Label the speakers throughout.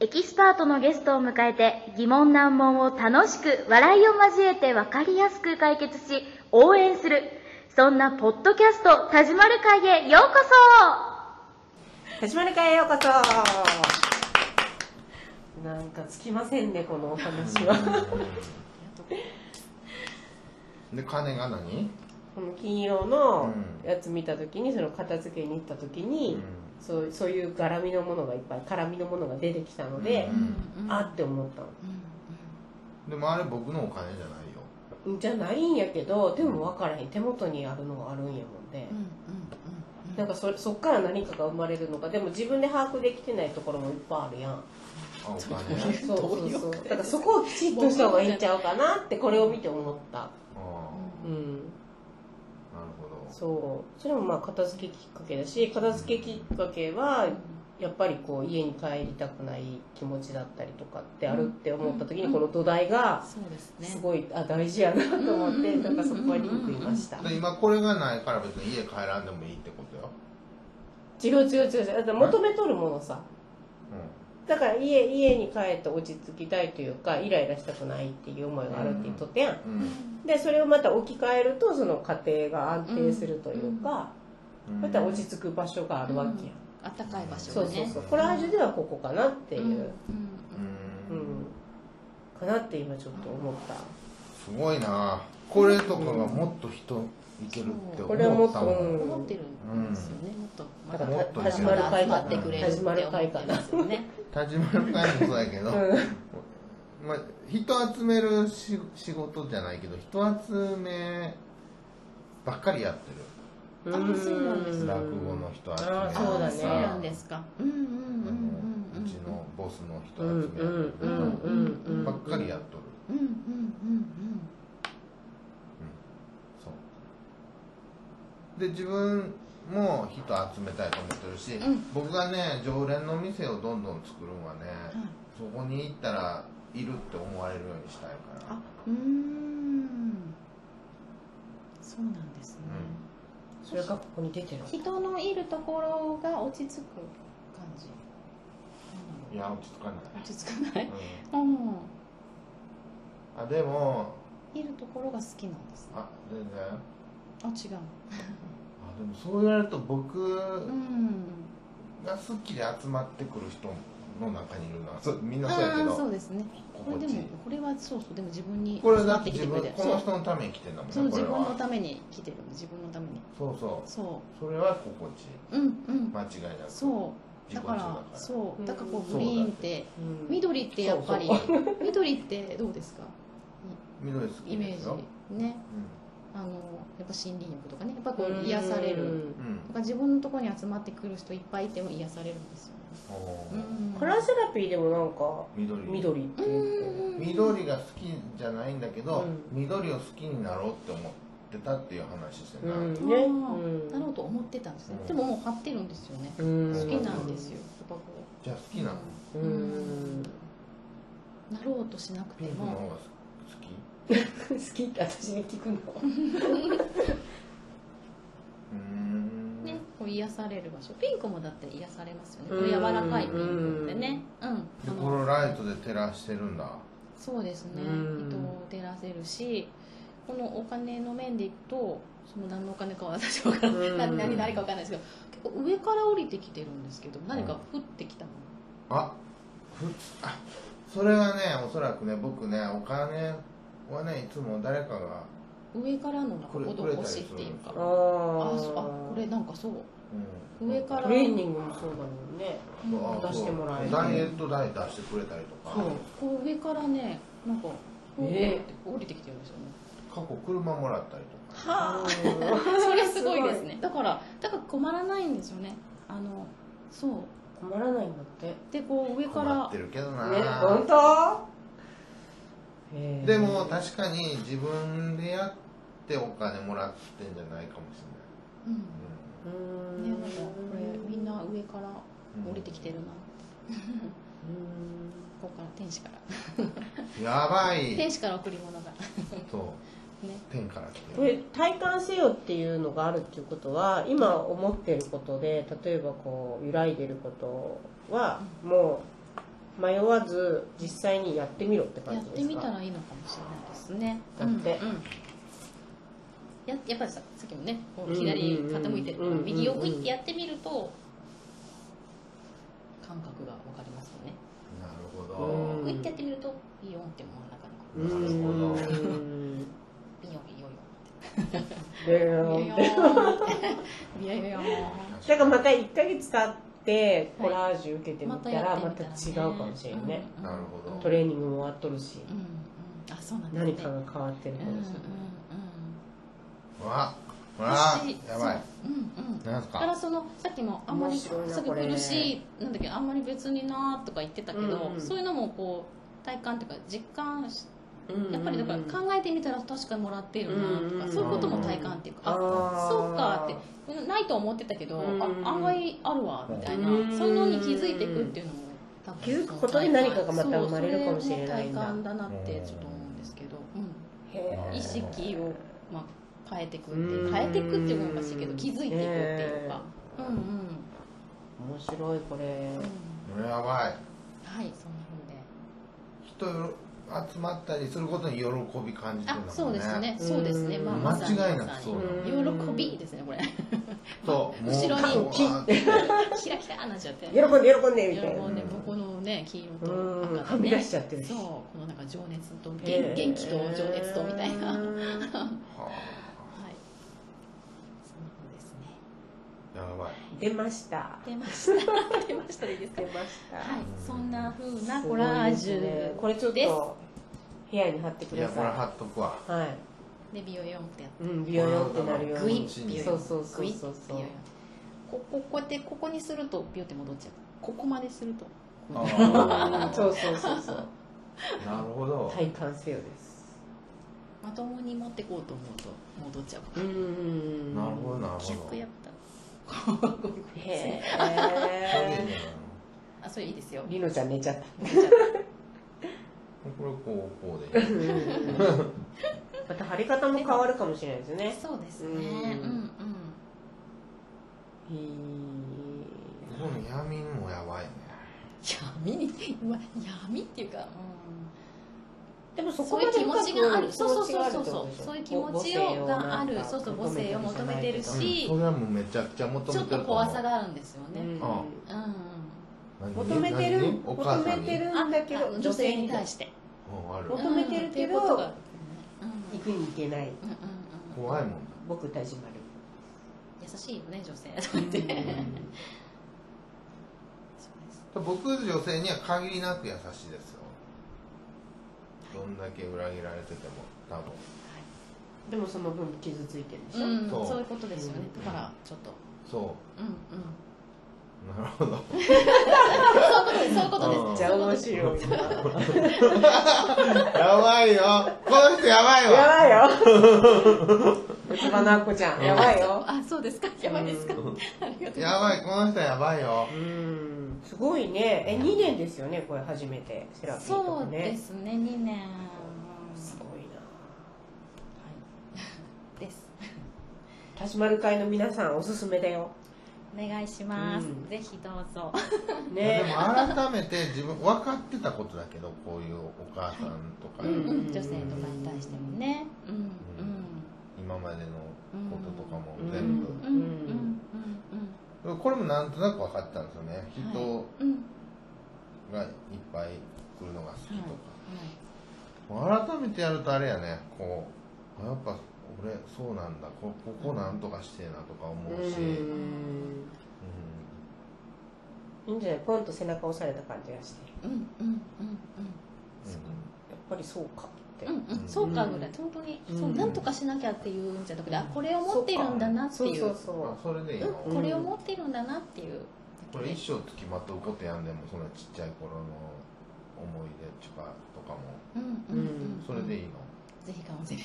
Speaker 1: エキスパートのゲストを迎えて疑問難問を楽しく笑いを交えて分かりやすく解決し応援するそんなポッドキャスト「田島る会」へようこ
Speaker 2: 始まる会へようこそなんかつきませんねこのお話は
Speaker 3: で金が何
Speaker 2: この金色の
Speaker 3: うん
Speaker 2: やつ見た時にその片付けに行った時に、そうそういう絡みのものがいっぱい絡みのものが出てきたので、
Speaker 3: う
Speaker 2: あって思ったの
Speaker 3: でもあれ僕のお金じゃないよ
Speaker 2: じゃないんやけどでも分からへん手元にあるのがあるんやもんで、なんかそそっから何かが生まれるのかでも自分で把握できてないところもいっぱいあるやん
Speaker 3: あお金
Speaker 2: そうそうそうだからそこをきちっとした方がいいんちゃうかなってこれを見て思った
Speaker 3: ああ
Speaker 2: うん
Speaker 3: なるほど
Speaker 2: そうそれもまあ片付けきっかけだし片付けきっかけはやっぱりこう家に帰りたくない気持ちだったりとかってあるって思った時にこの土台が
Speaker 4: そうです
Speaker 2: す
Speaker 4: ね。
Speaker 2: ごいあ大事やなと思って
Speaker 4: うん
Speaker 2: なんかそこはリンクいました
Speaker 3: で今これがないから別に家帰らんでもいいってことよ、
Speaker 2: 違う違う違う違うだって求めとるものさだから家家に帰って落ち着きたいというかイライラしたくないっていう思いがあるって言っとったやん
Speaker 3: うんうん
Speaker 2: でそれをまた置き換えるとその家庭が安定するというか、
Speaker 3: うん、
Speaker 2: また落ち着く場所があるわけや、ん
Speaker 4: あったかい場
Speaker 2: そ
Speaker 4: 所
Speaker 2: う
Speaker 4: を
Speaker 2: そう
Speaker 4: ね。
Speaker 2: そうコラージュではここかなっていう、
Speaker 3: う、
Speaker 2: うんん、かなって今ちょっと思った、
Speaker 3: すごいなこれとかがもっと人いけるって
Speaker 2: これは
Speaker 3: 思
Speaker 2: も
Speaker 3: っ
Speaker 2: ったと、
Speaker 3: も
Speaker 2: うん
Speaker 3: ん、
Speaker 4: 思ってるんですよね。もっとまだ
Speaker 2: だから
Speaker 3: もっと
Speaker 2: 始まる会
Speaker 4: 集ま
Speaker 2: か
Speaker 4: ってくれるって
Speaker 2: 始
Speaker 4: 思
Speaker 2: ま
Speaker 4: っ
Speaker 2: る
Speaker 4: て
Speaker 2: 会かな
Speaker 4: ますよね。
Speaker 3: 始まる会もそうやけど、
Speaker 2: うん
Speaker 3: まあ、人集めるし仕事じゃないけど人集めばっかりやってる
Speaker 2: う
Speaker 4: あそうなんです
Speaker 3: 落語の人集め
Speaker 2: あそうだね
Speaker 4: そうなんですか。うんうんうん
Speaker 3: あの
Speaker 4: うんうん。
Speaker 3: うちのボスの人
Speaker 2: うんうん
Speaker 3: 集め
Speaker 2: う
Speaker 3: る
Speaker 2: んうんうん
Speaker 3: ばっかりやっとる、
Speaker 4: うんうんうん
Speaker 3: そうで自分も人集めたいと思ってるし、
Speaker 4: うん
Speaker 3: 僕がね常連の店をどんどん作るんはね、
Speaker 4: うん
Speaker 3: そこに行ったらいるって思われるようにしたいから
Speaker 4: あうーん。そうなんですね。
Speaker 2: それがここに出てる
Speaker 4: 人のいるところが落ち着く感じ。
Speaker 3: いや落ち着かない、
Speaker 4: 落ち着かない。
Speaker 3: う
Speaker 4: うん。
Speaker 3: んあでも
Speaker 4: いるところが好きなんですね。
Speaker 3: あ全然あ
Speaker 4: あ違う。
Speaker 3: でもそう言われると僕
Speaker 4: うん。
Speaker 3: が好きで集まってくる人の中にいるのはそうみんなそうやけ
Speaker 4: ああ
Speaker 3: ど
Speaker 4: そうですねこ
Speaker 3: 心
Speaker 4: れで
Speaker 3: 地い
Speaker 4: も
Speaker 3: い
Speaker 4: これはそうそうでも自分に
Speaker 3: これだ
Speaker 4: な
Speaker 3: って自分この人のために来てんだもんね
Speaker 4: そう
Speaker 3: こ
Speaker 4: 自
Speaker 3: れ
Speaker 4: 分の
Speaker 3: は
Speaker 4: ために来てる自分のために
Speaker 3: そうそ
Speaker 4: そう
Speaker 3: それは心地いいう
Speaker 4: うんうん
Speaker 3: 間違いなく
Speaker 4: そう
Speaker 3: 自
Speaker 4: だ
Speaker 3: 己中
Speaker 4: か
Speaker 3: だからら
Speaker 4: そうだからこ
Speaker 2: うん
Speaker 4: うグリーンって緑ってやっぱり
Speaker 2: そう
Speaker 4: 緑ってどうですか
Speaker 3: 緑好き
Speaker 4: イメー
Speaker 3: ですよ
Speaker 4: ジねあのやっぱ森林浴とかねやっぱこう癒され
Speaker 2: う
Speaker 4: る
Speaker 2: ん
Speaker 3: うん、
Speaker 4: だから自分のところに集まってくる人いっぱいいても癒されるんですよね
Speaker 3: うんお
Speaker 4: う
Speaker 3: ー
Speaker 4: ん
Speaker 2: カラーセラピーでもなんか
Speaker 3: 緑
Speaker 2: 緑って言って
Speaker 3: 緑が好きじゃないんだけど、
Speaker 2: うん
Speaker 3: 緑を好きになろうって思ってたっていう話して
Speaker 2: う
Speaker 3: な、
Speaker 2: ん
Speaker 4: あ
Speaker 2: ねう
Speaker 4: ー
Speaker 2: ん
Speaker 4: なろうと思ってたんですね
Speaker 3: うん
Speaker 4: でももう張ってるんですよね
Speaker 2: 好
Speaker 3: 好
Speaker 4: 好
Speaker 2: き
Speaker 4: きなんですよやっぱこう
Speaker 3: じゃあ好きなの、
Speaker 2: う
Speaker 4: うんんなろうとしなく
Speaker 3: ピ
Speaker 4: て
Speaker 3: ンクの方
Speaker 4: も
Speaker 3: が好き
Speaker 2: 好きって私に聞くの
Speaker 3: うーん
Speaker 4: ねこう癒される場所ピンクもだって癒されますよねこ
Speaker 2: うん
Speaker 4: う柔らかいピンクってねうんあ
Speaker 3: でこ
Speaker 4: の
Speaker 3: のライトで照らしてるんだ
Speaker 4: そうですね
Speaker 2: うん
Speaker 4: 糸を照らせるしこのお金の面でいくとその何のお金かは私分から
Speaker 2: うん
Speaker 4: ない何誰か分からないですけど結構上から降りてきてるんですけど何か降ってきたも
Speaker 3: あふあそれはねおそらくね僕ねお金はねいつも誰かが、
Speaker 4: の上からのなんか
Speaker 3: これ
Speaker 4: 施しっていうか
Speaker 3: これ
Speaker 4: あ
Speaker 2: あ
Speaker 4: そうあこれなんかそう
Speaker 3: うん、
Speaker 4: 上から
Speaker 2: トレーニングもそうだもんね
Speaker 4: うん
Speaker 3: あ
Speaker 2: 出してもらえる
Speaker 3: そうダイエット代出してくれたりとか
Speaker 2: そう
Speaker 4: こう上からねなんかこう
Speaker 2: え
Speaker 4: 降りてきてるんですよね
Speaker 3: 過去車もらったりとか
Speaker 4: はあ それすごいです ねだからだから困らないんですよねあのそう
Speaker 2: 困らないんだってね
Speaker 4: でこう上か
Speaker 3: 困っ
Speaker 4: ら
Speaker 3: てるけどな、
Speaker 2: 本当へえ
Speaker 3: でも確かに自分でやってお金もらってんじゃないかもし
Speaker 4: うん
Speaker 2: うー
Speaker 4: ね
Speaker 2: ん
Speaker 4: なんかこれみんな上から
Speaker 3: れない、うん
Speaker 4: 降りてきてるなここから天使から
Speaker 3: やばい
Speaker 4: 天使から贈り物が
Speaker 3: そう、
Speaker 4: ね
Speaker 3: 天から来
Speaker 2: こ
Speaker 3: てる
Speaker 2: れ体感せよっていうのがあるっていうことは今思ってることで例えばこう揺らいでることはもう迷わず実際にやってみろって感
Speaker 4: や
Speaker 2: じ
Speaker 4: っ
Speaker 2: ですか
Speaker 4: てみたらいいのかもしれないですね
Speaker 2: だって
Speaker 4: うんうんややっぱりささっきもねこう左傾いてるから
Speaker 2: うんうんうん
Speaker 4: 右を向いてやってみると感覚がわかりますよね
Speaker 3: なるほ
Speaker 2: うん
Speaker 3: ど
Speaker 4: グイってやってみるとビヨンってもうなんか
Speaker 2: う
Speaker 4: なん
Speaker 2: ん
Speaker 3: な
Speaker 4: か
Speaker 3: る
Speaker 4: ビヨン
Speaker 2: で
Speaker 4: ビヨンビヨンビ ヨンビヨンビヨン
Speaker 2: だからまた1ヶ月経ってコラージュ受けてみたらまた違うかもしれんね、
Speaker 3: なるほど
Speaker 2: トレーニングも終わっとるし、
Speaker 4: うんうんあそうなんですね
Speaker 2: 何かが変わってるか
Speaker 4: うんうん
Speaker 2: も
Speaker 4: うん
Speaker 2: しれない、
Speaker 3: ほらほら
Speaker 4: 私
Speaker 3: やばい
Speaker 4: そううんうん
Speaker 3: なんす
Speaker 4: だか
Speaker 3: から
Speaker 4: そのさっきもあんまり
Speaker 2: 面
Speaker 4: す
Speaker 2: 白いな
Speaker 4: ぐ
Speaker 2: これ
Speaker 4: 苦しいなんだけどあんまり別になーとか言ってたけど、
Speaker 2: うんうん
Speaker 4: そういうのもこう体感というか実感し
Speaker 2: うんうん
Speaker 4: やっぱりだから考えてみたら確かにもらってるなとか、
Speaker 2: うんうん
Speaker 4: そういうことも体感っていうか、あ
Speaker 2: あー
Speaker 4: そうかってうんないと思ってたけど、
Speaker 2: うんうん
Speaker 4: あ案外あるわみたいな、
Speaker 2: うん
Speaker 4: そういうのに気づいていくっていうのも多分
Speaker 2: 気づくことで何かがまた生まれるかもしれないんだ
Speaker 4: そうそれも体感だなってちょっと思うんですけど、
Speaker 2: へ
Speaker 4: う
Speaker 2: ー
Speaker 4: ん意識を、まあ、変えていくって
Speaker 2: う
Speaker 4: い
Speaker 2: ん
Speaker 4: う変えていくっていうのもおかしいけど気づいていくっていうか
Speaker 2: ね、
Speaker 4: うんうん、
Speaker 2: 面白いこれ
Speaker 4: う
Speaker 3: こ
Speaker 4: ん、
Speaker 3: れやばい
Speaker 4: はいそんなふうで。
Speaker 3: 人集まったりすることに喜び感じてるんだ
Speaker 4: あ
Speaker 3: もんね
Speaker 4: そうですね、
Speaker 2: うん
Speaker 4: そうですね、まあ、まさに
Speaker 3: 間違いなくそうだ
Speaker 4: まさに
Speaker 2: うん
Speaker 4: 喜びですね、これ。
Speaker 3: そう
Speaker 4: 後ろに
Speaker 3: もうこうあって
Speaker 4: キラキラーなっちゃって。
Speaker 2: 喜んで喜んで
Speaker 4: 喜
Speaker 2: みたいなん
Speaker 4: で、ここのね、黄色
Speaker 2: うん
Speaker 4: と
Speaker 2: は
Speaker 4: 赤
Speaker 2: み
Speaker 4: で
Speaker 2: 出
Speaker 4: ね
Speaker 2: し。ちゃってるし
Speaker 4: そう、このなんか情熱と、
Speaker 2: へ
Speaker 4: 元
Speaker 2: ー
Speaker 4: 元気と情熱とみたいな。はい。そんな
Speaker 3: は
Speaker 4: ことですね。
Speaker 3: あやばい
Speaker 2: 出ました
Speaker 4: 出ました。出 ましたでいいですか
Speaker 2: 出。ました、
Speaker 4: はい、そんな風な
Speaker 2: すご
Speaker 4: コ
Speaker 2: いですね
Speaker 4: ラージュ。
Speaker 2: これちょっ
Speaker 4: です。
Speaker 2: と部屋に貼ってく
Speaker 3: いや
Speaker 2: だ
Speaker 3: これ
Speaker 2: さ
Speaker 3: 貼っとくわ
Speaker 2: いはい
Speaker 4: で、ビヨヨンってやっ
Speaker 2: うんビヨヨンってなるよう
Speaker 4: グイ
Speaker 2: に
Speaker 4: ッビヨ
Speaker 2: そ
Speaker 4: ヨ
Speaker 2: う
Speaker 4: ン
Speaker 2: そうそう
Speaker 4: グイッ
Speaker 2: そうそう
Speaker 4: ビヨヨンこここうやってここにするとビヨって戻っちゃうここまですると
Speaker 3: あー
Speaker 2: そうそうそうそう
Speaker 3: なるほど
Speaker 2: 体感せよです
Speaker 4: まともに持ってこうと思うと戻っちゃうか
Speaker 2: うん
Speaker 3: なるほどなる
Speaker 4: らキュッ
Speaker 3: ほ
Speaker 4: と
Speaker 3: ど
Speaker 4: やったらこうこう
Speaker 2: へ
Speaker 3: そういうの
Speaker 2: え
Speaker 3: なの
Speaker 4: あそれいいですよ
Speaker 2: りのちゃん寝ちゃった
Speaker 3: これこうこうでいい
Speaker 2: また貼り方も変わるかもしれないですね
Speaker 4: そうですね
Speaker 2: う
Speaker 4: うんん
Speaker 2: へー
Speaker 3: この闇もやばいね
Speaker 4: うん闇 にうわ闇っていうか
Speaker 2: でも
Speaker 4: う
Speaker 2: そ
Speaker 4: んそ
Speaker 2: こ
Speaker 4: ういう
Speaker 2: まで
Speaker 4: 気持ちがあるそうそう
Speaker 2: 深く気持ちが
Speaker 4: そ
Speaker 2: あ
Speaker 4: う
Speaker 2: る
Speaker 4: そ
Speaker 2: っ
Speaker 4: う
Speaker 2: てこと
Speaker 4: そ
Speaker 2: でしょ
Speaker 4: うそういう気持ちをがあるそうそう母性を求めてる
Speaker 3: うん
Speaker 4: し
Speaker 3: それはもうめちゃくちゃ求
Speaker 4: ち
Speaker 3: め
Speaker 4: ょってと
Speaker 3: る
Speaker 4: 怖さ
Speaker 3: が
Speaker 4: があるんですよねうん
Speaker 3: あ何
Speaker 2: 求めてる
Speaker 3: 何お母
Speaker 2: 求
Speaker 3: さ
Speaker 2: め
Speaker 3: んに
Speaker 2: て
Speaker 3: うん
Speaker 2: る
Speaker 4: あ
Speaker 2: んだけど
Speaker 4: あ女性に対して
Speaker 3: ある
Speaker 2: 僕求めてるけど
Speaker 4: うんっていうことがうん
Speaker 2: 行くに行けない
Speaker 4: うんうんうん
Speaker 3: 怖いもん
Speaker 2: 僕田島る
Speaker 4: 優しいよね女性
Speaker 3: だ僕女性には限りなく優しいですよどんだけ裏切られてても多分
Speaker 2: でもその分傷ついてるでしょ、
Speaker 4: うん、
Speaker 3: そう
Speaker 4: そういうことですよね
Speaker 2: う。
Speaker 4: だから、ちょっと。
Speaker 3: そ
Speaker 4: うん、うん。
Speaker 3: うなるほど
Speaker 4: そういうこと
Speaker 3: うん
Speaker 4: です、
Speaker 2: じ
Speaker 4: そ
Speaker 2: ゃ
Speaker 4: う
Speaker 2: あ
Speaker 4: いう
Speaker 2: 面
Speaker 4: ことです。
Speaker 2: 白いな
Speaker 3: やばいよこの人やばいわ
Speaker 2: やばいよ三つ葉のあっこちゃんやばいよ
Speaker 4: あ、そうですか。やばいですか。ありがとう。
Speaker 3: やばいこの人やばいよ
Speaker 2: うんすごいねえ2年ですよねこれ初めてセラピーと
Speaker 4: そ
Speaker 2: か
Speaker 4: う
Speaker 2: ね
Speaker 4: ですね、二年。は。
Speaker 2: すごいない
Speaker 4: です。
Speaker 2: 田島る会の皆さんおすすめだよ
Speaker 4: お願いします
Speaker 2: うん。
Speaker 4: ぜひどうぞ。
Speaker 3: で
Speaker 2: ね
Speaker 3: も改めて自分分かってたことだけどこういうお母さんとか
Speaker 4: う
Speaker 2: うん
Speaker 4: ん、うん、女性とかに対してもね。うん、
Speaker 3: 今までのこととかも全部
Speaker 2: ん
Speaker 4: うん、うん、うん、うん、
Speaker 3: これもなんとなく分かったんですよね人
Speaker 4: うん、うん。
Speaker 3: がいっぱい来るのが好きとか、
Speaker 4: はい
Speaker 3: 改めてやるとあれやねこうあやっぱ俺そうなんだこここなんとかしてえなとか思うし、
Speaker 2: う
Speaker 3: うん
Speaker 2: んいいんじゃないポンと背中押された感じがして
Speaker 4: うん、うん、うん、
Speaker 2: やっぱりそうかって、
Speaker 4: うん、うん、うん、そうかぐらい、本当に、そうう、
Speaker 2: ん
Speaker 4: なんとかしなきゃっていうんじゃなくて、あ、これを持ってるんだなっていう。
Speaker 2: そうそうそう
Speaker 3: まあ、それでいいの、
Speaker 4: これを持ってるんだなっていう、
Speaker 3: これ一生つきまとうことやんでもそんなちっちゃい頃の思い出とかとかも
Speaker 4: うん
Speaker 2: うんうん
Speaker 3: それでいいの、
Speaker 4: ぜひカウンセリ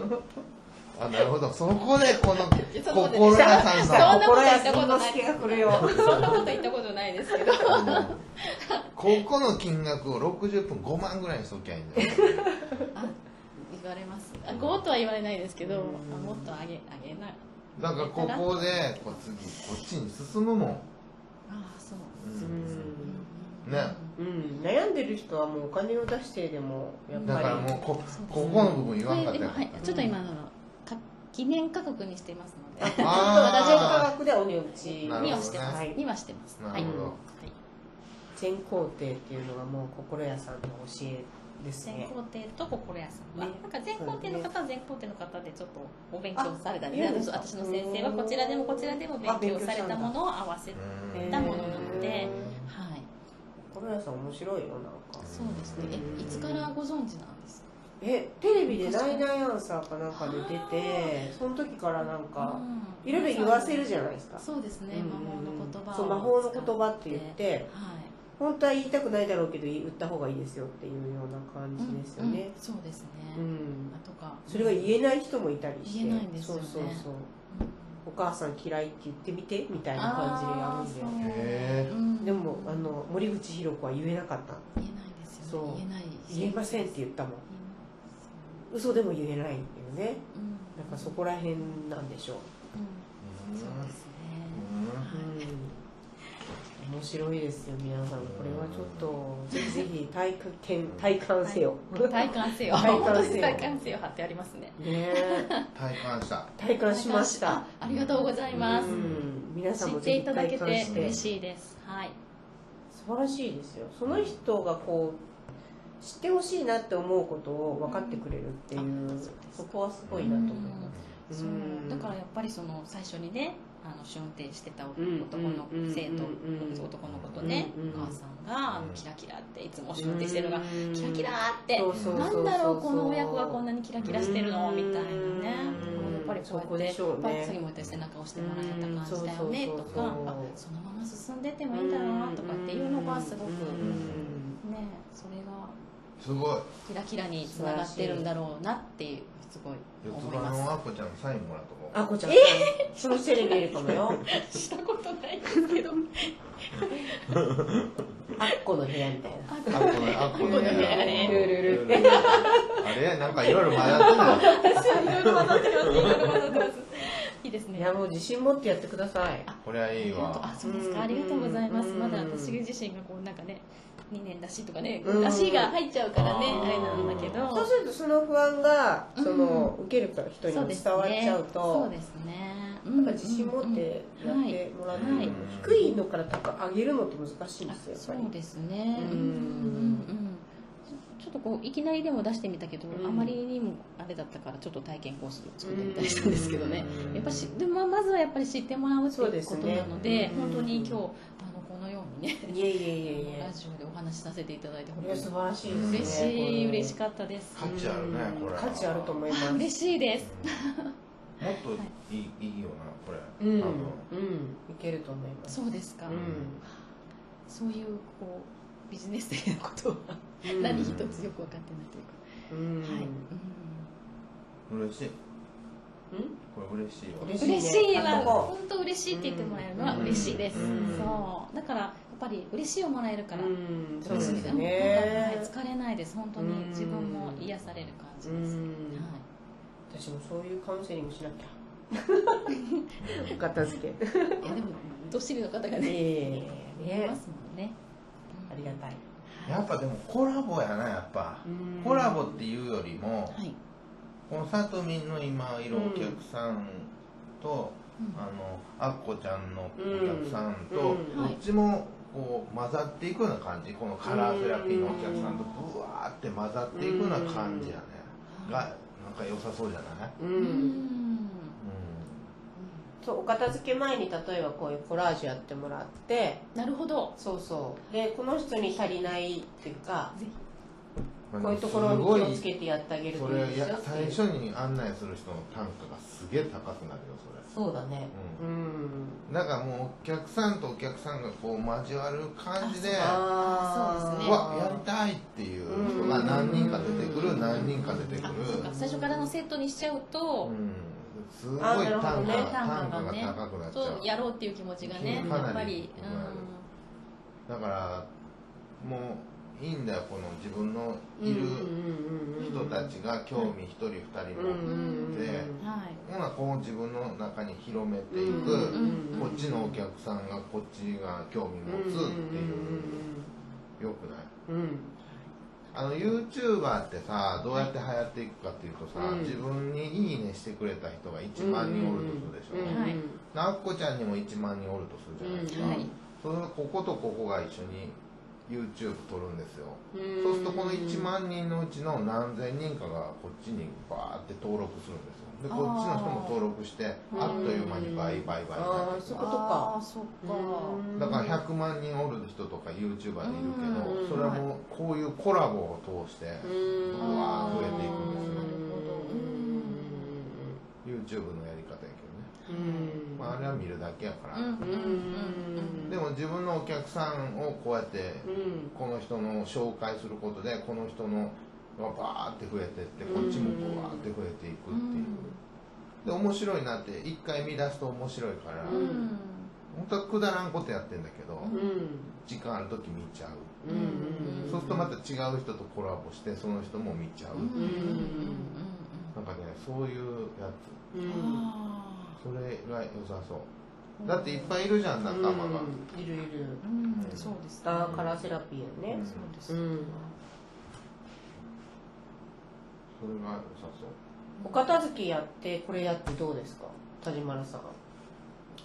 Speaker 4: ングに
Speaker 3: あなるほどそこでこの
Speaker 4: そこで
Speaker 3: 心屋さん
Speaker 2: さあ
Speaker 3: の
Speaker 4: そんなこと
Speaker 2: 心
Speaker 4: 言
Speaker 2: や
Speaker 4: っ
Speaker 2: す
Speaker 4: た
Speaker 2: みの
Speaker 4: ことない
Speaker 2: すけが来るよ
Speaker 4: そんなこと言ったことないですけど
Speaker 3: ここの金額を60分5万ぐらいにしときゃいいんだよ
Speaker 4: 言われますあ5とは言われないですけど
Speaker 2: うん
Speaker 4: あもっと上げ上げない
Speaker 3: だからここでこう次こっちに進むもん、
Speaker 4: ああそう
Speaker 3: う
Speaker 2: うんん
Speaker 4: うん
Speaker 3: ね
Speaker 2: うん、悩んでる人はもうお金を出してでもやっぱ
Speaker 3: だ
Speaker 2: り
Speaker 3: からもうこ
Speaker 4: そうです
Speaker 3: ここの部分言
Speaker 4: こ
Speaker 3: わ
Speaker 4: れ
Speaker 3: なかっ
Speaker 4: で
Speaker 3: たよ
Speaker 4: も、はい、ちょっと今あのか記念価格にしていますので
Speaker 2: ラジオ
Speaker 3: あ
Speaker 2: 価
Speaker 3: あ
Speaker 2: 格でお値打ち
Speaker 3: なるほどね
Speaker 4: にはしてます、
Speaker 2: はい
Speaker 4: にはしてます
Speaker 3: な
Speaker 4: は
Speaker 3: る
Speaker 4: い、
Speaker 3: ほど
Speaker 4: はい、
Speaker 2: 全工程っていうのがもう心屋さんの教えです
Speaker 4: 全
Speaker 2: ね
Speaker 4: 工程と心屋さんは、
Speaker 2: ね
Speaker 4: なんか全工程の方は全工程の方でちょっとお勉強されたり、
Speaker 2: あ
Speaker 4: ね、
Speaker 2: いいんですか
Speaker 4: 私の先生はこちらでもこちらでも勉強されたものを合わせて、
Speaker 3: うん
Speaker 4: たものなので
Speaker 2: へ
Speaker 4: はい
Speaker 2: ー心屋さん面白いよなんか
Speaker 4: そうですねえいつからご存知なんですか
Speaker 2: えテレビで「ナイナイアンサー」かなんかで出てその時からなんかいろいろ言わせるじゃないですか
Speaker 4: そうですね
Speaker 2: うん
Speaker 4: 魔法の言葉を
Speaker 2: そう魔法の言葉って言って
Speaker 4: はい
Speaker 2: 本当は言いたくないだろうけど言った方がいいですよっていうような感じですよ
Speaker 4: うん
Speaker 2: ね
Speaker 4: うんそうですね、
Speaker 2: うん
Speaker 4: あとか
Speaker 2: それが言えない人もいたりして
Speaker 4: 言えないんですよね
Speaker 2: そうそうそう
Speaker 4: うん
Speaker 2: お母さん嫌いって言ってみてみたいな感じでやるんで
Speaker 4: あーそう
Speaker 3: へー
Speaker 4: うん
Speaker 2: でもあの森口博子は言えなかった
Speaker 4: 言えないですよ
Speaker 2: そう
Speaker 4: ね言えない
Speaker 2: 言えませんって言ったもん嘘でも言えないよねなんかそこら辺なんでしょう、
Speaker 3: うん
Speaker 4: そ うですね
Speaker 2: うん、面白いですよ皆さんこれはちょっとぜひぜひ体験体感せよ、
Speaker 4: 体感せよ
Speaker 2: 体
Speaker 4: 本当
Speaker 2: 感せよ
Speaker 4: に体感せよ貼ってありますね
Speaker 2: ねえ
Speaker 3: 体感した
Speaker 2: 体感しました
Speaker 4: あありがとうございま
Speaker 2: う
Speaker 4: す
Speaker 2: ん、皆さん
Speaker 4: 知
Speaker 2: も
Speaker 4: って
Speaker 2: ぜ
Speaker 4: い
Speaker 2: ひ
Speaker 4: ただ
Speaker 2: 体
Speaker 4: け
Speaker 2: 感
Speaker 4: て
Speaker 2: して
Speaker 4: 嬉しいですはい
Speaker 2: 素晴らしいですよその人がこう知ってほしいなって思うことを分かってくれるっていう、
Speaker 4: うんあそうです
Speaker 2: そこはすごいなと思います、
Speaker 4: そう
Speaker 2: うん
Speaker 4: だからやっぱりその最初にねあの春亭してた男
Speaker 2: うん
Speaker 4: の
Speaker 2: うん
Speaker 4: 生徒
Speaker 2: うん
Speaker 4: 男の子とね
Speaker 2: うん
Speaker 4: お母さんがあの
Speaker 3: うん
Speaker 4: キラキラっていつも春亭してるの
Speaker 2: う
Speaker 4: が
Speaker 2: ん
Speaker 4: キラキラーって
Speaker 2: そうそうそう
Speaker 4: な
Speaker 2: そうん
Speaker 4: だろうこの親子がこんなにキラキラしてるの
Speaker 2: うん
Speaker 4: みたいなね
Speaker 3: うん
Speaker 4: やっぱりこ
Speaker 2: そうこ
Speaker 4: や
Speaker 2: で
Speaker 4: って
Speaker 2: しょうね
Speaker 4: やっぱり次も言ったり背中を押してもらえた感じだ
Speaker 2: う
Speaker 4: よね
Speaker 2: ん
Speaker 4: と
Speaker 2: そうそう
Speaker 4: か
Speaker 2: そう
Speaker 4: あそのまま進んでってもいいんだろうなとかっていうのがすご
Speaker 2: う
Speaker 4: くね
Speaker 2: ん
Speaker 4: それが
Speaker 3: すごい
Speaker 4: キラキラにつながってるんだろうなっていうすごい
Speaker 3: 四つ
Speaker 4: 思い
Speaker 3: 葉
Speaker 4: ます
Speaker 3: のあこちゃんのサインもらっとこう
Speaker 2: あこちゃん、そのテレビいるかもよ
Speaker 4: したことないで すけど
Speaker 2: あっこの部屋みたいな
Speaker 3: あこねあこ
Speaker 4: あこねあれ
Speaker 2: ルルル
Speaker 3: あれなんかいろいろ迷ってた
Speaker 4: いいですね
Speaker 2: いやもう自信持ってやってください
Speaker 3: これはいいわ
Speaker 4: あそうですか、ありがとうございます、
Speaker 2: うん
Speaker 4: まだ私自身がこうなんかね2年だしとかね、
Speaker 2: うん
Speaker 4: 足が入っちゃうからね、
Speaker 3: あー
Speaker 4: あれなんだけ
Speaker 2: そう
Speaker 4: ど
Speaker 2: するとその不安がその、受ける人に
Speaker 4: そ
Speaker 2: も
Speaker 4: うですね
Speaker 2: 伝わっちゃう
Speaker 4: そ
Speaker 2: と
Speaker 4: うですね
Speaker 2: なんか自信持ってや
Speaker 4: うんうん
Speaker 2: っ
Speaker 4: うん
Speaker 2: てもらって、
Speaker 4: はいはい
Speaker 2: 低いのから高く上げるのって難しいん
Speaker 4: あ
Speaker 2: ですよやっぱり
Speaker 4: そうですね
Speaker 2: うん
Speaker 4: うんうんうんちょっとこういきなりでも出してみたけど、
Speaker 2: うん
Speaker 4: あまりにもあれだったからちょっと体験コース作ってみたりしたんですけどね、
Speaker 3: うん
Speaker 4: やっぱしでもまずはやっぱり知ってもらうって
Speaker 2: そう
Speaker 4: い
Speaker 2: で
Speaker 4: うこ
Speaker 2: す
Speaker 4: と
Speaker 2: ね
Speaker 4: なので
Speaker 2: うん
Speaker 4: 本当に今日あのこのようにね
Speaker 2: いえいえいえいえ
Speaker 4: ラジオでお話しさせていただいて本
Speaker 2: こ
Speaker 4: 当
Speaker 2: れは
Speaker 4: に
Speaker 2: 素晴らしいで
Speaker 4: 嬉
Speaker 2: すね
Speaker 4: しい、嬉し
Speaker 2: く
Speaker 4: かったです。
Speaker 3: 価値あるねこれ
Speaker 2: 価値あると思います
Speaker 4: あ嬉しいです。
Speaker 3: もっといいいいよなこれ
Speaker 2: うん、うん
Speaker 3: 多分、
Speaker 2: いけると思います
Speaker 4: そうですか。
Speaker 2: う
Speaker 4: そういうこうビジネス的なことは
Speaker 2: ん、
Speaker 4: 何一つよく分かってないというか。
Speaker 2: うん、
Speaker 4: はい。
Speaker 3: 嬉しい
Speaker 2: うん
Speaker 3: これ嬉しいわ
Speaker 2: 嬉
Speaker 4: うん嬉しいわ。
Speaker 2: こ
Speaker 4: 本当嬉しいって言ってもらえるのは嬉しいです
Speaker 2: うん。
Speaker 4: そう。だからやっぱり嬉しいをもらえるから。
Speaker 2: うん、そうう
Speaker 3: で
Speaker 2: ですす
Speaker 3: ね
Speaker 4: は
Speaker 2: ね。
Speaker 4: い疲れないです。本当
Speaker 2: うん
Speaker 4: に自分も癒される感じ
Speaker 2: う
Speaker 4: です。
Speaker 2: ん、私もそういうカウンセリングしなきゃ。お片付け。
Speaker 4: はい。いやでもどっしりの方が
Speaker 2: い
Speaker 4: ね
Speaker 2: えいえい
Speaker 4: い
Speaker 2: え
Speaker 4: ますもんね。
Speaker 2: ありがたい。
Speaker 3: やっぱでもコラボやなやっぱ
Speaker 2: うん
Speaker 3: コラボっていうよりも
Speaker 4: はい。
Speaker 3: このさとみんの今いるお客さんと
Speaker 4: うん
Speaker 3: あのあっこちゃんのお客さんと
Speaker 2: う
Speaker 3: ど
Speaker 2: ん
Speaker 4: はい
Speaker 3: っちもこう混ざっていくような感じこのカラーセラピーのお客さんと
Speaker 4: うん
Speaker 3: ブワーって混ざっていくような感じやね
Speaker 4: うん
Speaker 3: がなんか良さそうじゃない
Speaker 2: うん
Speaker 4: うん。
Speaker 2: そうお片付け前に例えばこういうコラージュやってもらって
Speaker 4: なるほど。
Speaker 2: そうそうでこの人に足りないっていうか
Speaker 4: ぜ
Speaker 3: うん
Speaker 2: こういうところに気をつけてやってあげる
Speaker 3: そ
Speaker 2: といい
Speaker 3: れ
Speaker 2: で
Speaker 3: い
Speaker 2: すよ
Speaker 3: や
Speaker 2: って
Speaker 3: 最
Speaker 2: いう
Speaker 3: 初に案内する人の単価がすげえ高くなるよそれ
Speaker 2: そうだね
Speaker 3: う
Speaker 2: うん
Speaker 3: だからもうお客さんとお客さんがこう交わる感じでう
Speaker 2: あ
Speaker 4: そうですね
Speaker 3: わやりたいっていう人が何人か出てく
Speaker 2: う
Speaker 3: る
Speaker 2: ん
Speaker 3: 何人か出てく
Speaker 4: あ
Speaker 3: る、
Speaker 4: そうか最初からのセットにしちゃうと
Speaker 3: う、ん、すごい
Speaker 2: あなる
Speaker 3: 単
Speaker 2: ほ
Speaker 3: 価
Speaker 2: どね
Speaker 3: 単
Speaker 4: 単価
Speaker 3: 価
Speaker 4: が
Speaker 3: が
Speaker 4: ね
Speaker 3: 高くなっちゃ
Speaker 4: そう
Speaker 3: う
Speaker 4: やろうっていう気持ちがね、
Speaker 3: か
Speaker 4: やっ
Speaker 3: な
Speaker 4: ぱ
Speaker 3: り
Speaker 4: り、
Speaker 3: だからもういいんだよこの自分の
Speaker 2: うん
Speaker 3: いる
Speaker 2: うん
Speaker 3: 人たちが興味一人二人
Speaker 2: うんう
Speaker 3: も、
Speaker 2: ん
Speaker 3: で
Speaker 4: うん、はい。
Speaker 3: ほなこう自分の中に広めてい
Speaker 2: うん
Speaker 3: く、
Speaker 2: うんうん
Speaker 3: こっちのお客さんがこっちが興味
Speaker 2: うんうんうん
Speaker 3: 持つっていう、
Speaker 2: うん
Speaker 3: あの YouTuber ってさどうやって流行っていくかっていうとさ、
Speaker 2: うん
Speaker 3: 自分に「いいね」してくれた人が1万人おるとするで
Speaker 2: う
Speaker 3: しょ、
Speaker 2: んうん
Speaker 4: はい
Speaker 3: なあっこちゃんにも1万人おるとするじゃないですか、
Speaker 4: うんはい
Speaker 3: そうするとこことここが一緒に YouTube 撮るんですよ、
Speaker 2: うん
Speaker 3: そうするとこの1万人のうちの何千人かがこっちにバーって登録するんですよでこっちの人も登録して
Speaker 2: うん
Speaker 3: あっという間に倍倍倍になってい
Speaker 2: そ
Speaker 3: く
Speaker 2: こういうことか
Speaker 4: あーそっか
Speaker 2: うん
Speaker 3: だから100万人おる人とか YouTuber でいるけ
Speaker 2: う
Speaker 3: ど
Speaker 2: ん
Speaker 3: それもこういうコラボを通して
Speaker 2: うん
Speaker 3: うわー増えていくんですよ
Speaker 4: なるほどうん
Speaker 3: YouTube のやり方やけどね、
Speaker 2: うん
Speaker 3: まあ、あれは見るだけやから、
Speaker 4: うん
Speaker 2: うんうん
Speaker 3: でも自分のお客さんをこうやって
Speaker 2: うん
Speaker 3: この人の紹介することでこの人のがバーって増えてってこっちもバーって増えていくっていうで面白いなって一回見出すと面白いから
Speaker 2: うん
Speaker 3: 本当はくだらんことやってんだけど
Speaker 2: うん
Speaker 3: 時間ある時見ちゃう
Speaker 2: うんうん
Speaker 3: そうするとまた違う人とコラボしてその人も見ちゃう
Speaker 4: うんうんうんうん
Speaker 3: なんかねそういうや
Speaker 2: う
Speaker 4: うん
Speaker 2: ん
Speaker 4: あ
Speaker 3: つそれが良さそう
Speaker 4: ー
Speaker 3: だっていっぱいいるじゃん仲間が
Speaker 2: うんいるいる
Speaker 4: うんそうですね
Speaker 2: あーカラーセラピーやね
Speaker 4: そうです
Speaker 2: う
Speaker 4: ね
Speaker 2: ん
Speaker 3: それが良さそう
Speaker 2: お片付けやってこれやってどうですか田島さん
Speaker 3: あ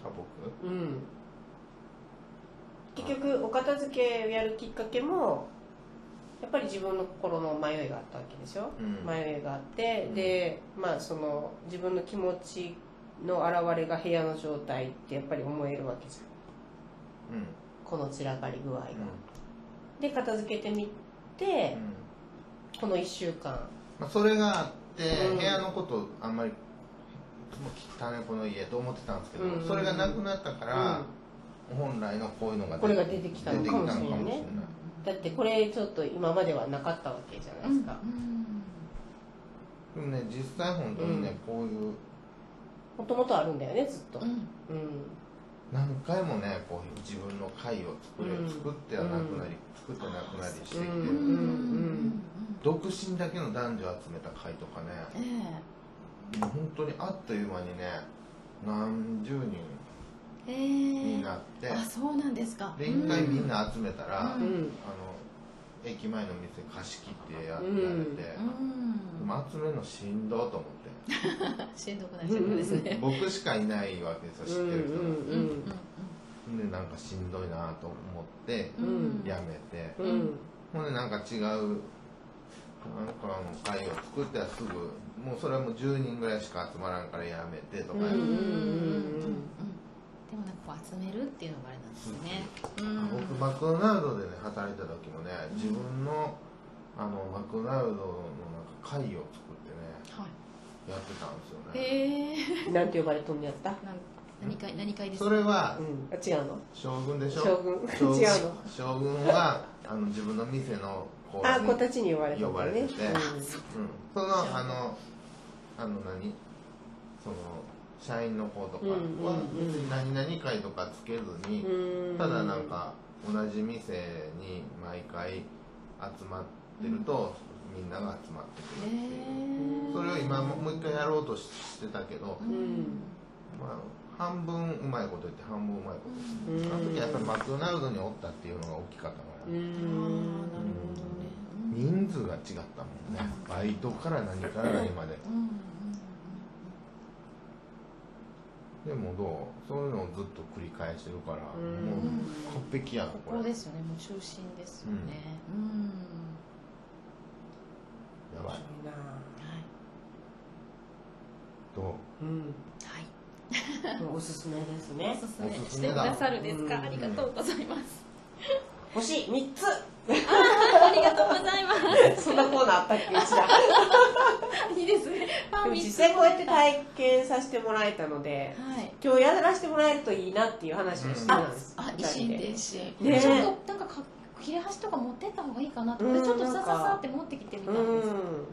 Speaker 3: 僕
Speaker 2: うん結局お片付けをやるきっかけもやっぱり自分の心の迷いがあったわけでしょ、
Speaker 3: うん
Speaker 2: 迷いがあって、
Speaker 3: うん
Speaker 2: でまあその自分の気持ちの表れが部屋の状態ってやっぱり思えるわけじゃん
Speaker 3: うん
Speaker 2: この散らかり具合が、で片付けてみて
Speaker 3: う、ん
Speaker 2: この1週間
Speaker 3: まあ、それがあって、
Speaker 2: うん
Speaker 3: 部屋のことあんまり汚いこの家と思ってたんですけど、
Speaker 2: うん
Speaker 3: それがなくなったから、本来のこういうのが
Speaker 2: これが出てきたのかもしれない
Speaker 3: 出てきたのかもし
Speaker 2: だってこれちょっと今まではなかったわけじゃないですか
Speaker 3: れないでもね実際本当にね、こういう
Speaker 2: もともとあるんだよねずっと
Speaker 4: うんうん
Speaker 2: うん
Speaker 3: 何回もねこう自分の会を作れ、
Speaker 2: うん
Speaker 3: 作ってはなくなり、作ってなくなりしてきてる、
Speaker 2: うん
Speaker 4: うんうん
Speaker 3: 独身だけの男女集めた会とかね
Speaker 4: え
Speaker 3: もう本当にあっという間にね何十人
Speaker 4: ええ
Speaker 3: に
Speaker 4: え
Speaker 3: なって、
Speaker 4: あそうなんですか
Speaker 3: で一回みんな集めたら、
Speaker 4: う
Speaker 2: うんん
Speaker 3: あの駅前の店貸し切ってや,、
Speaker 2: うん
Speaker 3: やれて、
Speaker 4: うん
Speaker 3: まあ集めるのしんどいと思っ
Speaker 4: しんどくなっちゃうんです
Speaker 3: て
Speaker 4: ね
Speaker 3: 僕しかいないわけですよ知ってる人が、
Speaker 4: う
Speaker 2: うん
Speaker 4: ん
Speaker 3: でなんかしんどいなと思って
Speaker 4: うんうん
Speaker 3: やめて、
Speaker 2: うんうん
Speaker 3: ほんでなんか違うなんかの会を作ったらすぐもうそれはもう10人ぐらいしか集まらんからやめてとか、
Speaker 2: うん
Speaker 4: うんうんうんうんでもなんかこう集めるっていうのがあれなんですねうん
Speaker 3: 僕マクドナルドでね働いてた時もね自分のあのマクドナルドのなんか会を作ってね
Speaker 4: は
Speaker 3: やってたんですよね、
Speaker 4: いへえ
Speaker 2: なんて呼ばれとんのやった
Speaker 4: なん何回何回です
Speaker 3: それは
Speaker 2: うんあ違うの
Speaker 3: 将軍でしょ
Speaker 2: 将軍
Speaker 3: 将軍
Speaker 2: 違うの
Speaker 3: 将軍はあの自分の店のこ
Speaker 2: あ子たちに呼ばれて
Speaker 3: 呼ばれてて、うん、そのあのあの何その社員の子とか
Speaker 2: うん
Speaker 3: は
Speaker 2: うんうん
Speaker 3: 別に何々会とかつけずに、
Speaker 2: うん
Speaker 3: ただなんか同じ店に毎回集まってると、みんなが集まってくるっていう、
Speaker 4: え
Speaker 3: それを今ももう一回やろうとししてたけど、
Speaker 2: うん
Speaker 3: まあ、半分うまいこと言って半分うまいこと言って。
Speaker 2: うん
Speaker 3: あの時はやっぱりマクドナルドにおったっていうのが大きかったから、
Speaker 2: う
Speaker 4: あー
Speaker 2: ん
Speaker 4: なるほどねうん
Speaker 3: 人数が違ったもんねバイトから何から何まで
Speaker 4: うんうん
Speaker 3: でもどうそういうのをずっと繰り返してるから
Speaker 2: うん
Speaker 3: もう完璧やん
Speaker 4: うんこ
Speaker 3: これ
Speaker 4: こ
Speaker 3: や
Speaker 4: ですよねもう中心ですよねうん
Speaker 3: ばい
Speaker 2: いいな
Speaker 4: はい
Speaker 3: ど
Speaker 2: うん
Speaker 4: はい
Speaker 2: おすすめですね
Speaker 4: おすすめしてくださるです
Speaker 2: うん
Speaker 4: かありがとうございます
Speaker 2: 星3つ
Speaker 4: ありがとうございます
Speaker 2: そんなコーナーあったっけうち ら
Speaker 4: いいですね。パ
Speaker 2: で
Speaker 4: ン
Speaker 2: も
Speaker 4: 三つ
Speaker 2: 実際こうやって体験させてもらえたので
Speaker 4: はい。
Speaker 2: 今日やらせてもらえるといいなっていう話をしてたんです
Speaker 4: あ、
Speaker 2: 二人
Speaker 4: 維新
Speaker 2: で
Speaker 4: 伝心。
Speaker 2: ね
Speaker 4: ちょっとなんかか切れ端とか持ってった方がいいかなと思って、
Speaker 2: うん
Speaker 4: ちょっとさ
Speaker 2: な
Speaker 4: さ
Speaker 2: んか
Speaker 4: さって持ってきてみたんです。
Speaker 2: うん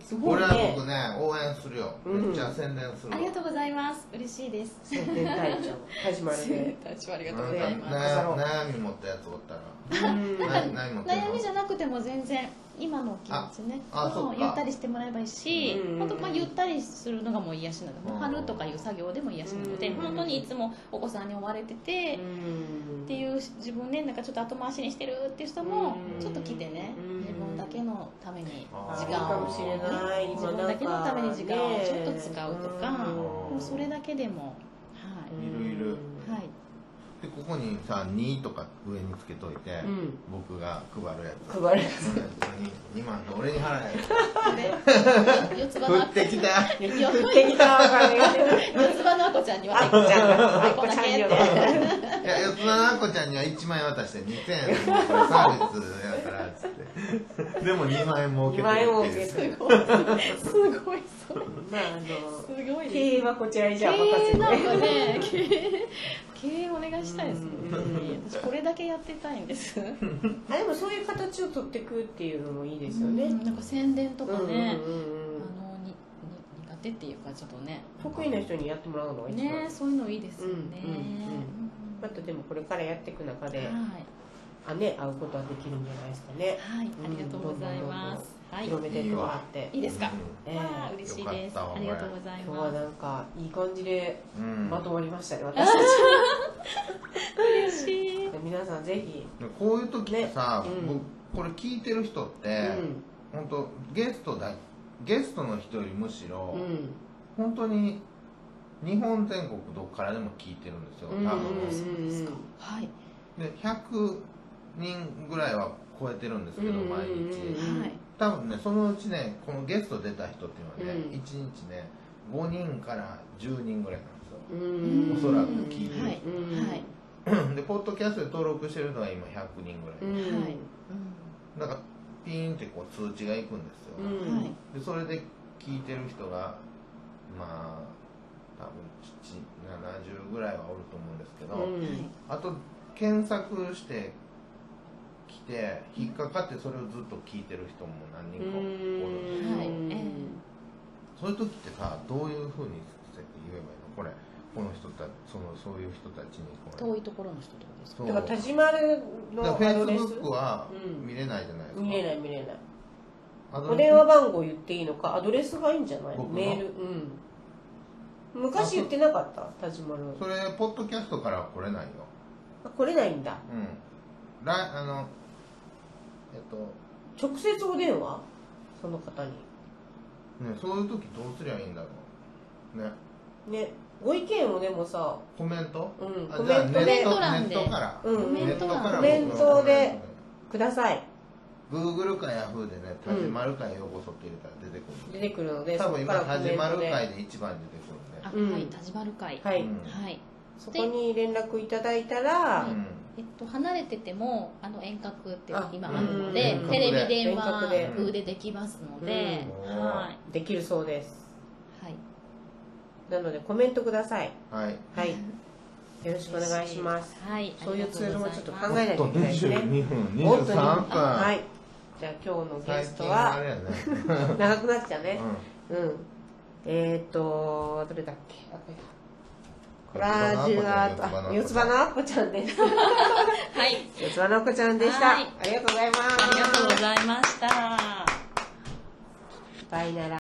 Speaker 2: す
Speaker 3: う
Speaker 2: ご
Speaker 3: こ
Speaker 2: い
Speaker 3: れは
Speaker 2: ね
Speaker 3: 僕ね応援するよ
Speaker 2: うん
Speaker 3: めっちゃ宣伝する
Speaker 4: ありがと
Speaker 3: う
Speaker 4: うございます。嬉しいです。
Speaker 2: 宣伝隊長始まるで
Speaker 4: 私はありが
Speaker 3: なん
Speaker 4: と
Speaker 3: か
Speaker 4: うございます。
Speaker 3: 悩悩み持ったやつおったら
Speaker 2: うん
Speaker 3: な悩み持ってる
Speaker 4: 悩みじゃなくても全然今のお気持ちね
Speaker 3: ああそっか
Speaker 4: ゆったりしてもらえばいいし
Speaker 2: うん
Speaker 4: 本当、まあ、ゆったりするのがもう癒しなので
Speaker 3: うん
Speaker 4: 春とかいう作業でも癒しなので
Speaker 2: うん
Speaker 4: 本当にいつもお子さんに追われて
Speaker 2: ん
Speaker 4: てっていう自分ねなんかちょっと後回しにしてるっていう人も
Speaker 2: うん
Speaker 4: ちょっと来てね
Speaker 2: うん
Speaker 4: 自分だけのために
Speaker 3: あー
Speaker 4: 時
Speaker 2: か
Speaker 4: 間を
Speaker 2: もしれない
Speaker 4: 自分だけのために時間をちょっと使うとかもうそれ
Speaker 2: だ
Speaker 4: だけでも
Speaker 3: いるいる
Speaker 4: はいはい
Speaker 3: でここにさ2とか上につけといて、
Speaker 2: うん
Speaker 3: 僕が配るやつ
Speaker 2: 配る
Speaker 3: 2万の俺に払 え
Speaker 4: これ四つ葉の
Speaker 3: 降
Speaker 4: あ
Speaker 3: っ
Speaker 4: こ
Speaker 3: てきた
Speaker 2: 振ってきたお金が
Speaker 4: 四つ葉のあこちゃんには
Speaker 2: あっこちゃんあ
Speaker 4: あ
Speaker 2: っこ
Speaker 4: こだ
Speaker 2: ちゃ
Speaker 4: け
Speaker 2: ん
Speaker 4: って
Speaker 2: よ
Speaker 3: いや四つ葉のあこちゃんには1万円渡して2000円サービスやからっつってでも2万円儲けて
Speaker 2: 前を
Speaker 3: る
Speaker 2: 受
Speaker 3: ってい
Speaker 2: けて
Speaker 3: う
Speaker 4: すごいすごいそれ
Speaker 2: まああの
Speaker 4: すごい
Speaker 2: 経営はこちらにじ
Speaker 4: 経
Speaker 2: ゃあ任せ
Speaker 4: 営
Speaker 2: て
Speaker 4: なんかね経営経営お願いしたいですね
Speaker 2: うん
Speaker 4: 本当に私これだけやってたいんです
Speaker 2: あでもそういう形を取ってくっていうのもいいですよね
Speaker 4: うんなんか宣伝とかね
Speaker 2: うんうん
Speaker 4: あ
Speaker 2: うんうん
Speaker 4: のにに苦手っていうかちょっとね
Speaker 2: 得意な人にやってもらうのが一番
Speaker 4: ねそういうのいいですよね
Speaker 2: うんうんうんまたでもこれからやっていく中
Speaker 4: うん
Speaker 2: で、
Speaker 4: はい
Speaker 2: あね、会うことはできるんじゃないですかね。
Speaker 4: はいありがとうございますはい
Speaker 2: 広めてってもらって。
Speaker 4: いいですか
Speaker 2: ええ
Speaker 4: わあ嬉しい
Speaker 3: よか
Speaker 4: で
Speaker 3: っ
Speaker 4: す
Speaker 3: たわ
Speaker 4: ありがとうござい
Speaker 2: 今日は
Speaker 4: ます
Speaker 2: なんかいい感じで
Speaker 3: うん
Speaker 2: まとまりましたね、私 た
Speaker 4: 嬉しい
Speaker 2: ち。皆さんぜひ。
Speaker 3: こういう時ってさ、
Speaker 2: ねうん
Speaker 3: 僕これ聞いてる人って、本当ゲストだゲストの人よりむしろ、
Speaker 2: うん。うん。
Speaker 3: 本当に日本全国どこからでも聞いてるんですよ多
Speaker 2: うんう
Speaker 3: 分、
Speaker 2: ん
Speaker 4: ですかはい
Speaker 3: で100人ぐらいは超えてるんですけど、
Speaker 2: うんうんうん
Speaker 3: 毎
Speaker 2: う
Speaker 3: 日
Speaker 2: ん
Speaker 4: はい
Speaker 3: 多分ねそのうちねこのゲスト出た人っていうのはね、
Speaker 2: うん
Speaker 3: 1日ね5人から10人ぐらいなんですよ
Speaker 2: うん。
Speaker 4: うん
Speaker 3: おそらく聞いてる
Speaker 4: はい
Speaker 2: うん
Speaker 4: はい。
Speaker 3: でポッドキャストで登録してるのは今100人ぐらい、
Speaker 2: うん。
Speaker 4: はい
Speaker 3: なんかピーンってこう通知がいくんですよ、
Speaker 2: うん
Speaker 4: うんはい
Speaker 3: でそれで聞いてる人がまあ多分7 70ぐらいはおると思うんですけど、
Speaker 2: うん
Speaker 3: あ
Speaker 4: はい
Speaker 3: と検索してきて引っかかってそれをずっと聞いてる人も何人かおるんですよ、
Speaker 4: はい
Speaker 2: うん
Speaker 4: え
Speaker 3: そういう時ってさどういうふうに言えばいいのこれこの人たちそのそういう人たちにこれ
Speaker 4: 遠いところの人とかですか
Speaker 3: そう
Speaker 2: だから、田島るの
Speaker 3: だ
Speaker 2: ア
Speaker 3: から
Speaker 2: ドレス
Speaker 3: Facebook は
Speaker 2: うん
Speaker 3: 見れないじゃないですか、
Speaker 2: 見れない見れない。
Speaker 3: アド
Speaker 2: お
Speaker 3: レス
Speaker 2: 電話番号言っていいのかアドレスがいいんじゃない
Speaker 3: 僕の
Speaker 2: メールうん昔言ってなかった田島の
Speaker 3: それポッドキャストからは来れないよ
Speaker 2: あ来れないんだ
Speaker 3: うんらあのえっと、
Speaker 2: 直接お電話その方に
Speaker 3: ね、そういう時どうすりゃいいんだろうね
Speaker 2: ねご意見をでもさ
Speaker 3: コメント、
Speaker 2: うん
Speaker 3: あ
Speaker 2: コ
Speaker 3: じゃあ
Speaker 2: メント
Speaker 3: ネッ
Speaker 2: で
Speaker 3: ト
Speaker 4: コメント欄で
Speaker 3: ネットから、
Speaker 2: うん
Speaker 4: コメン
Speaker 3: ネ
Speaker 4: ト欄
Speaker 3: ットから
Speaker 2: コメントでください
Speaker 3: Google か Yahoo でね「
Speaker 2: うん
Speaker 3: 始まるかようこそ」って入れたら出てくるん
Speaker 2: 出
Speaker 3: で
Speaker 2: てくるので
Speaker 3: 多
Speaker 2: そ
Speaker 3: 分
Speaker 2: こ
Speaker 3: 今
Speaker 2: からコ
Speaker 3: 「始
Speaker 2: メン
Speaker 3: ま
Speaker 2: ト
Speaker 3: る
Speaker 2: で
Speaker 3: 会」で一番出てくるんで
Speaker 4: あ
Speaker 2: うん
Speaker 4: はい田島る会
Speaker 2: はい、
Speaker 3: うん
Speaker 4: はい
Speaker 2: そこに連絡いただいたら、
Speaker 4: い
Speaker 3: うん
Speaker 4: えっと、離れててもあの遠隔って
Speaker 2: あ
Speaker 4: 今あるの
Speaker 2: う
Speaker 4: で
Speaker 2: ん
Speaker 4: テレビ電話
Speaker 2: 遠
Speaker 3: 隔で
Speaker 4: でできますので、
Speaker 3: うん
Speaker 4: は
Speaker 2: できるそうです
Speaker 4: い、はい、
Speaker 2: なのでコメントください
Speaker 3: はい
Speaker 2: はいよろしくお願いします
Speaker 4: はい
Speaker 2: そういうツールもちょっと考え
Speaker 4: え
Speaker 2: ないといけないですね
Speaker 3: 分
Speaker 2: もっとに
Speaker 3: 23分、
Speaker 2: はいじゃあ今日のゲ
Speaker 3: 最
Speaker 2: スト
Speaker 3: 近はあ
Speaker 2: は
Speaker 3: れやね、
Speaker 2: 長くなっちゃう
Speaker 3: う
Speaker 2: ね
Speaker 3: ん、
Speaker 2: うんえっ、ー、とどれだっけあこれだコ
Speaker 3: コ
Speaker 2: ラージュアートあ四つ葉のあっこちゃんです
Speaker 4: はい
Speaker 2: 四つ葉のあっこちゃんでした
Speaker 4: はい
Speaker 2: ありがとうございます
Speaker 4: ありがとうございました
Speaker 2: バイナラ